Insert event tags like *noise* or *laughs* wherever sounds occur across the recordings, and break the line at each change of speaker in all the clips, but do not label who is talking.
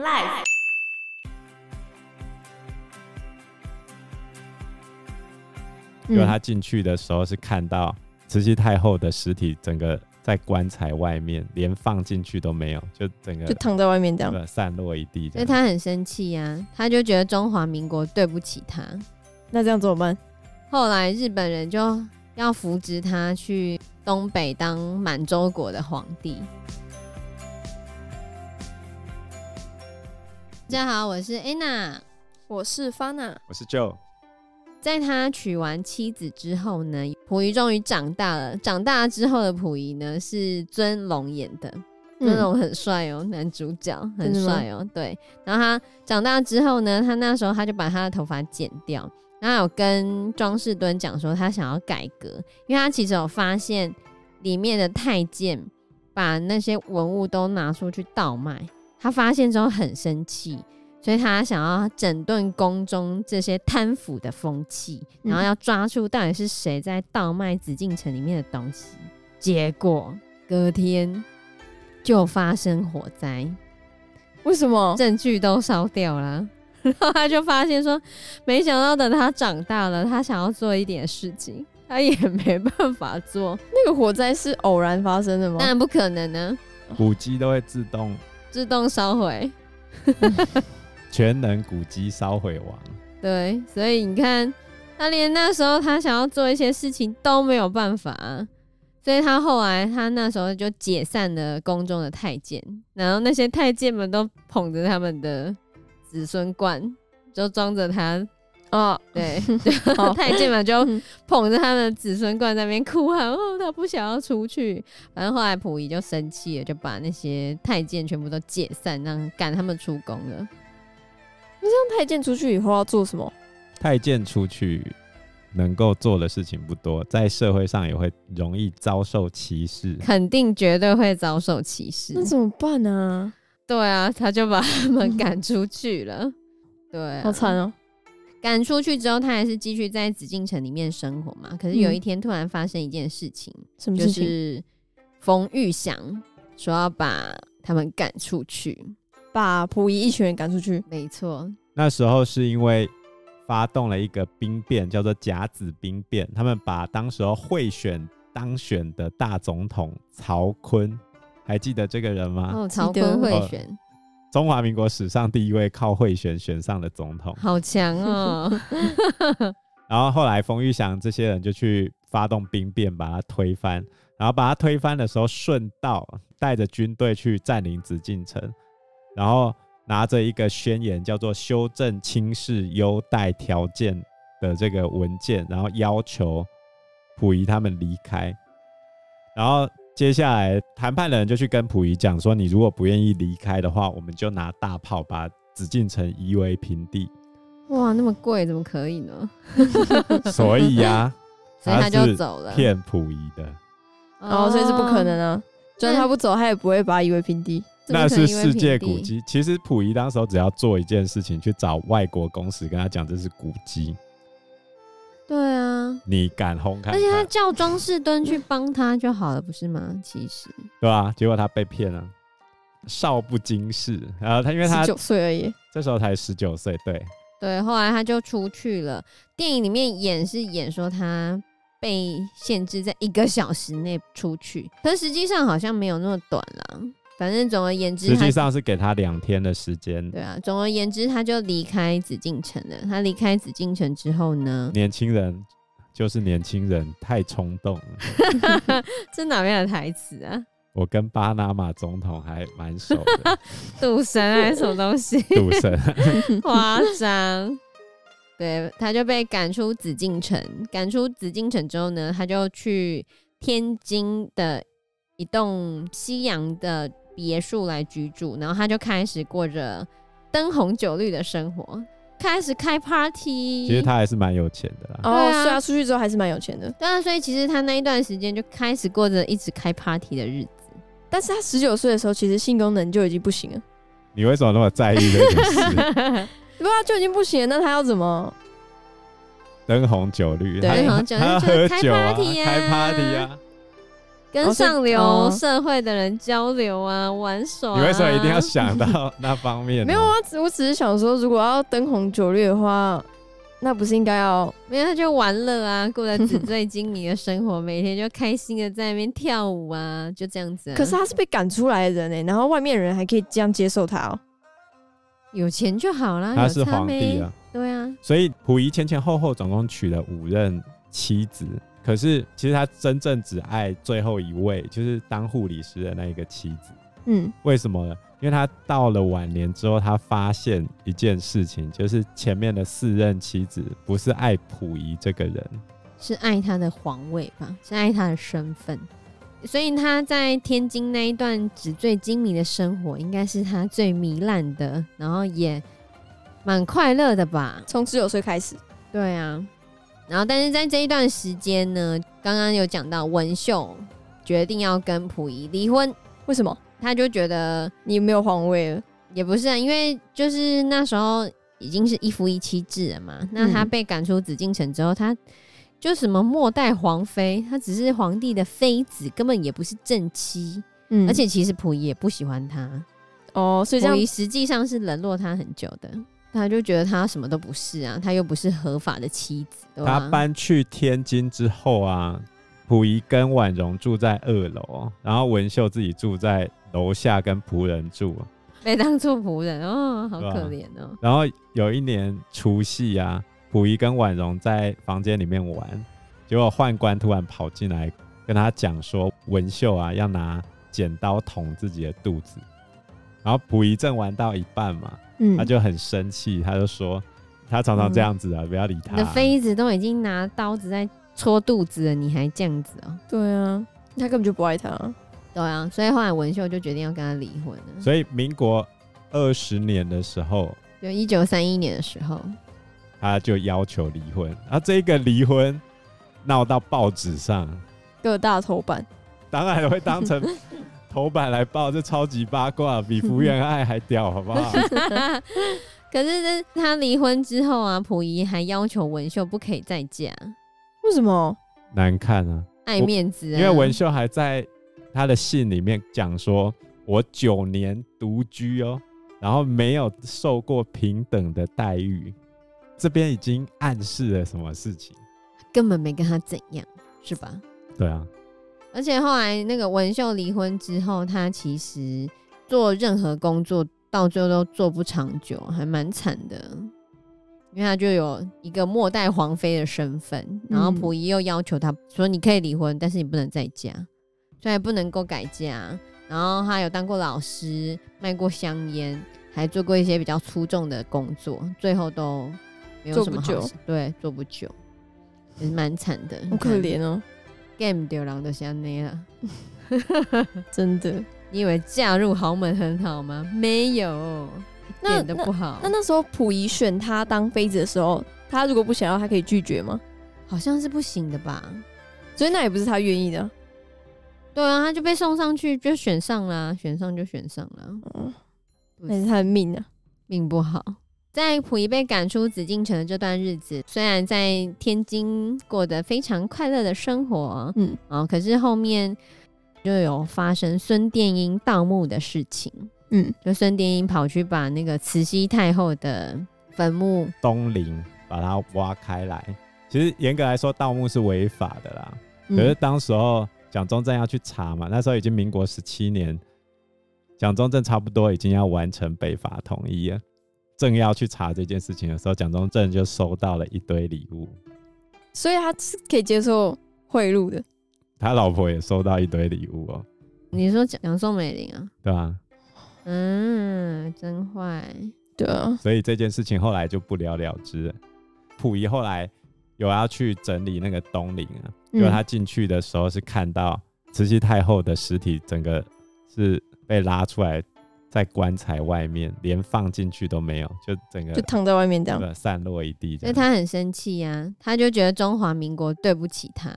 Life。
嗯
结
嗯
果他进去的时候是看到慈禧太后的尸体，整个在棺材外面，连放进去都没有，就整个
就躺在外面这样。
对啊散落一地这
所
样。
以他很生气呀、他就觉得中华民国对不起他。
那这样怎么办？
后来日本人就要扶植他去东北当满洲国的皇帝。大家好，我是 Anna。
我是 Fana，
我是 Joe，
在他娶完妻子之后呢，溥仪终于长大了。长大之后的溥仪呢，是尊龙演的，
嗯
尊龙很帅哦，男主角很帅哦，对。然后他长大之后呢，他那时候他就把他的头发剪掉，然后有跟庄士敦讲说他想要改革，因为他其实有发现里面的太监把那些文物都拿出去倒卖，他发现之后很生气，所以他想要整顿宫中这些贪腐的风气，
嗯
然后要抓住到底是谁在倒卖紫禁城里面的东西。结果隔天就发生火灾，
为什么？
证据都烧掉了。 *laughs* 然后他就发现说，没想到等他长大了，他想要做一点事情，他也没办法做。
那个火灾是偶然发生的吗
当？然不可能呢、
古迹都会自动
自动烧毁。
全能古迹烧毁王。
对，所以你看，他连那时候他想要做一些事情都没有办法啊、所以他后来他那时候就解散了宫中的太监，然后那些太监们都捧着他们的子孙罐，就装着他。
哦，
对， *laughs*
好
太监们就
嗯
捧着他们的子孙罐在那边哭喊，哦，他不想要出去。反正后来溥仪就生气了，就把那些太监全部都解散，让赶他们出宫了。
那太监出去以后要做什么？
太监出去能够做的事情不多，在社会上也会容易遭受歧视。
肯定绝对会遭受歧视。
那怎么办呢、
对啊，他就把他们赶出去了。对啊、
好惨哦、
赶出去之后，他还是继续在紫禁城里面生活嘛。可是有
嗯
一天，突然发生一件事情，
什么
就
事情？
是冯玉祥说要把他们赶出去。
把溥仪一群人赶出去。
没错，
那时候是因为发动了一个兵变，叫做甲子兵变，他们把当时候贿选当选的大总统曹锟，还记得这个人吗？
哦，曹
啊记得
锟会选，
中华民国史上第一位靠贿选选上的总统。
好强哦。
然后后来冯玉祥这些人就去发动兵变，把他推翻。然后把他推翻的时候，顺道带着军队去占领紫禁城，然后拿着一个宣言，叫做“修正清室优待条件”的这个文件，然后要求溥仪他们离开。然后接下来谈判的人就去跟溥仪讲说：“你如果不愿意离开的话，我们就拿大炮把紫禁城夷为平地。
*laughs* 哇，那么贵，怎么可以呢？” *laughs*
所以呀、啊。
所以他
他
就是走了。
骗溥仪的，
哦，所以是不可能啊。就算他不走，他也不会把他夷为平地。
怎么
那
可能
是
夷为
世
平地，
界古迹。其实溥仪当时候只要做一件事情，去找外国公使跟他讲这是古迹，
对啊，
你敢轰看
而且他
看，
叫庄士敦去帮他就好了，不是吗？其实
对吧、结果他被骗了，少不经事。然后他因为他
十九岁而已，
这时候才十九岁，对，
对，后来他就出去了。电影里面演是演说他被限制在一个小时内出去，可是实际上好像没有那么短啦。反正总而言之
实
他，
际上是给他两天的时间。
对啊，总而言之，他就离开紫禁城了。他离开紫禁城之后呢，
年轻人就是年轻人，太冲动了。
*laughs* 这哪边的台词啊？
我跟巴拿马总统还蛮熟的，
*laughs* 赌神啊还是什么
*laughs*
东西？
赌
*laughs*
神。
夸张。对，他就被赶出紫禁城。赶出紫禁城之后呢，他就去天津的一栋西洋的别墅来居住，然后他就开始过着灯红酒绿的生活，开始开 party。
其实他还是蛮有钱的啦。
哦，
对啊
所以他出去之后还是蛮有钱的。
对啊，所以其实他那一段时间就开始过着一直开 party 的日子。
但是他十九岁的时候，其实性功能就已经不行了，
你为什么那么在意这件事？
*laughs*
对吧？就已经不行了，那他要怎么？
灯红酒绿，
对
他
灯红酒绿
他
就
喝
开
酒啊，
party 啊
开 party 啊，
跟上流
哦
社会的人交流啊，玩耍、啊。
你为什么一定要想到那方面呢？哦
没有啊，只我只是想说，如果要灯红酒绿的话，那不是应该要
没有，他就玩乐啊，过着纸醉金迷的生活，每天就开心的在那边跳舞啊，就这样子、啊。
可是他是被赶出来的人哎、然后外面人还可以这样接受他哦、
有钱就好啦，
他
有
是
差
皇帝
没
啊，
对啊，
所以溥仪前前后后总共娶了五任妻子，可是其实他真正只爱最后一位，就是当护理师的那一个妻子。
嗯，
为什么呢？因为他到了晚年之后，他发现一件事情，就是前面的四任妻子不是爱溥仪这个人，
是爱他的皇位吧，是爱他的身份。所以他在天津那一段纸醉金迷的生活，应该是他最糜烂的，然后也蛮快乐的吧？
从十九岁开始，
对啊。然后，但是在这一段时间呢，刚刚有讲到文秀决定要跟溥仪离婚，
为什么
他就觉得
你没有皇位了？
也不是啊，因为就是那时候已经是一夫一妻制了嘛。那他被赶出紫禁城之后，他就什么末代皇妃，他只是皇帝的妃子，根本也不是正妻。
嗯
而且其实溥仪也不喜欢他，
哦，所以这
溥
样
仪实际上是冷落他很久的。他就觉得他什么都不是啊，他又不是合法的妻子，对吧、
他搬去天津之后啊，溥仪跟婉容住在二楼，然后文秀自己住在楼下跟仆人住。
被当做仆人哦，好
对啊
可怜哦。
然后有一年除夕啊，溥仪跟婉容在房间里面玩，结果宦官突然跑进来跟他讲说，文秀啊要拿剪刀捅自己的肚子。然后溥仪正玩到一半嘛，
嗯
啊他就很生气，他就说他常常这样子啊，不要理他
嗯你的。妃子都已经拿刀子在戳肚子了，你还这样子哦？
对啊，他根本就不爱他。
对啊，所以后来文秀就决定要跟他离婚了。
所以民国二十年的时候，
就一九三一年的
*laughs*
时候，
他就要求离婚。然后这个离婚闹到报纸上，
各大头版，
当然会当成头版来报，这超级八卦，比福原爱还屌，好不好？
可是这他离婚之后啊，溥仪还要求文秀不可以再嫁，
为什么？
难看啊，
爱面子、啊。
因为文秀还在他的信里面讲说，我九年独居哦，然后没有受过平等的待遇，这边已经暗示了什么事情？
根本没跟他怎样，是吧？
对啊，
而且后来那个文秀离婚之后，他其实做任何工作到最后都做不长久，还蛮惨的。因为他就有一个末代皇妃的身份，然后溥仪又要求他说：“你可以离婚，但是你不能再嫁，所以不能够改嫁。”然后他有当过老师，卖过香烟，还做过一些比较粗重的工作，最后都没有
做
什
不
么好
久
事，对，做不久，也是蛮惨的，
好可。怜哦，
*laughs* game 丢人就是安尼啦。
真的。
你以为嫁入豪门很好吗？没有，一
那
点都不好
那。那时候溥仪选他当妃子的时候，他如果不想要，他可以拒绝吗？
好像是不行的吧？
所以那也不是他愿意的啊。
对啊，他就被送上去，就选上啦，选上就选上啦，
哦，
不
那是他的命啊。
命不好。在溥仪被赶出紫禁城的这段日子，虽然在天津过得非常快乐的生活，
嗯，
啊、可是后面就有发生孙殿英盗墓的事情，
嗯，
就孙殿英跑去把那个慈禧太后的坟墓
东陵把它挖开来，其实严格来说，盗墓是违法的啦。
嗯
可是当时候蒋中正要去查嘛，那时候已经民国十七年，蒋中正差不多已经要完成北伐统一了，正要去查这件事情的时候，蒋中正就收到了一堆礼物，
所以他是可以接受贿赂的。
他老婆也收到一堆礼物哦，
你说蒋蒋宋美龄啊？
对吧、
嗯，真坏。
对啊，
所以这件事情后来就不了了之了。溥仪后来有要去整理那个东陵啊，因为
嗯
他进去的时候是看到慈禧太后的尸体整个是被拉出来，在棺材外面，连放进去都没有，就整个
就躺在外面这样。
对啊散落一地这
所以
样。
他很生气呀、他就觉得中华民国对不起他。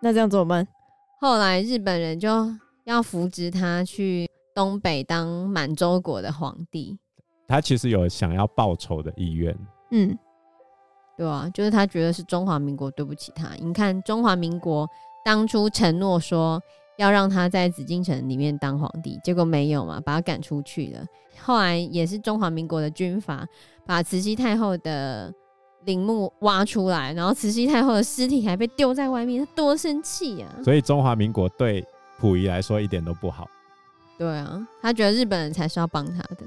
那这样怎么办？
后来日本人就要扶植他去东北当满洲国的皇帝，
他其实有想要报仇的意愿，
嗯，
对啊，就是他觉得是中华民国对不起他。你看，中华民国当初承诺说要让他在紫禁城里面当皇帝，结果没有嘛，把他赶出去了。后来也是中华民国的军阀把慈禧太后的陵墓挖出来，然后慈禧太后的尸体还被丢在外面，他多生
*laughs*
气呀、
所以中华民国对溥仪来说一点都不好。
对啊，他觉得日本人才是要帮他的，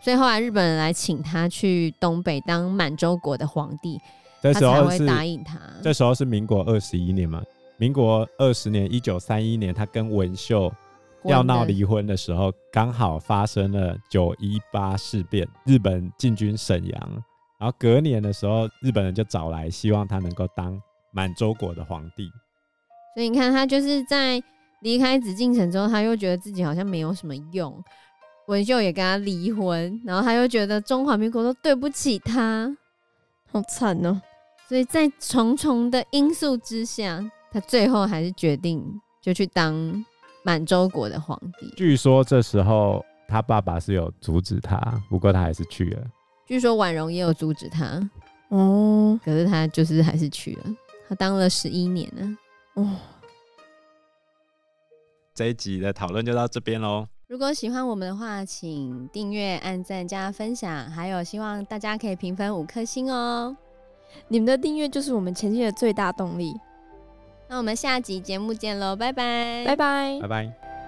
所以后来日本人来请他去东北当满洲国的皇帝，
这
他
时
才
候
会
是
答应他。
这时候是民国二十一年嘛，民国二十年，一九三一年，他跟文秀要闹离婚的时候，刚好发生了九一八事变，日本进军沈阳，然后隔年的时候，日本人就找来，希望他能够当满洲国的皇帝。
所以你看，他就是在离开紫禁城之后，他又觉得自己好像没有什么用。文秀也跟他离婚，然后他又觉得中华民国都对不起他，
好惨哦、
所以在重重的因素之下，他最后还是决定就去当满洲国的皇帝。
据说这时候他爸爸是有阻止他，不过他还是去了。
据说婉容也有阻止他，
哦
可是他就是还是去了。他当了十一年啊呢。
哦，
这一集的讨论就到这边喽。
如果喜欢我们的话，请订阅、按赞、加分享，还有希望大家可以评分五颗星哦。
你们的订阅就是我们前进的最大动力。
那我们下集节目见喽，拜拜，
拜拜
拜。拜。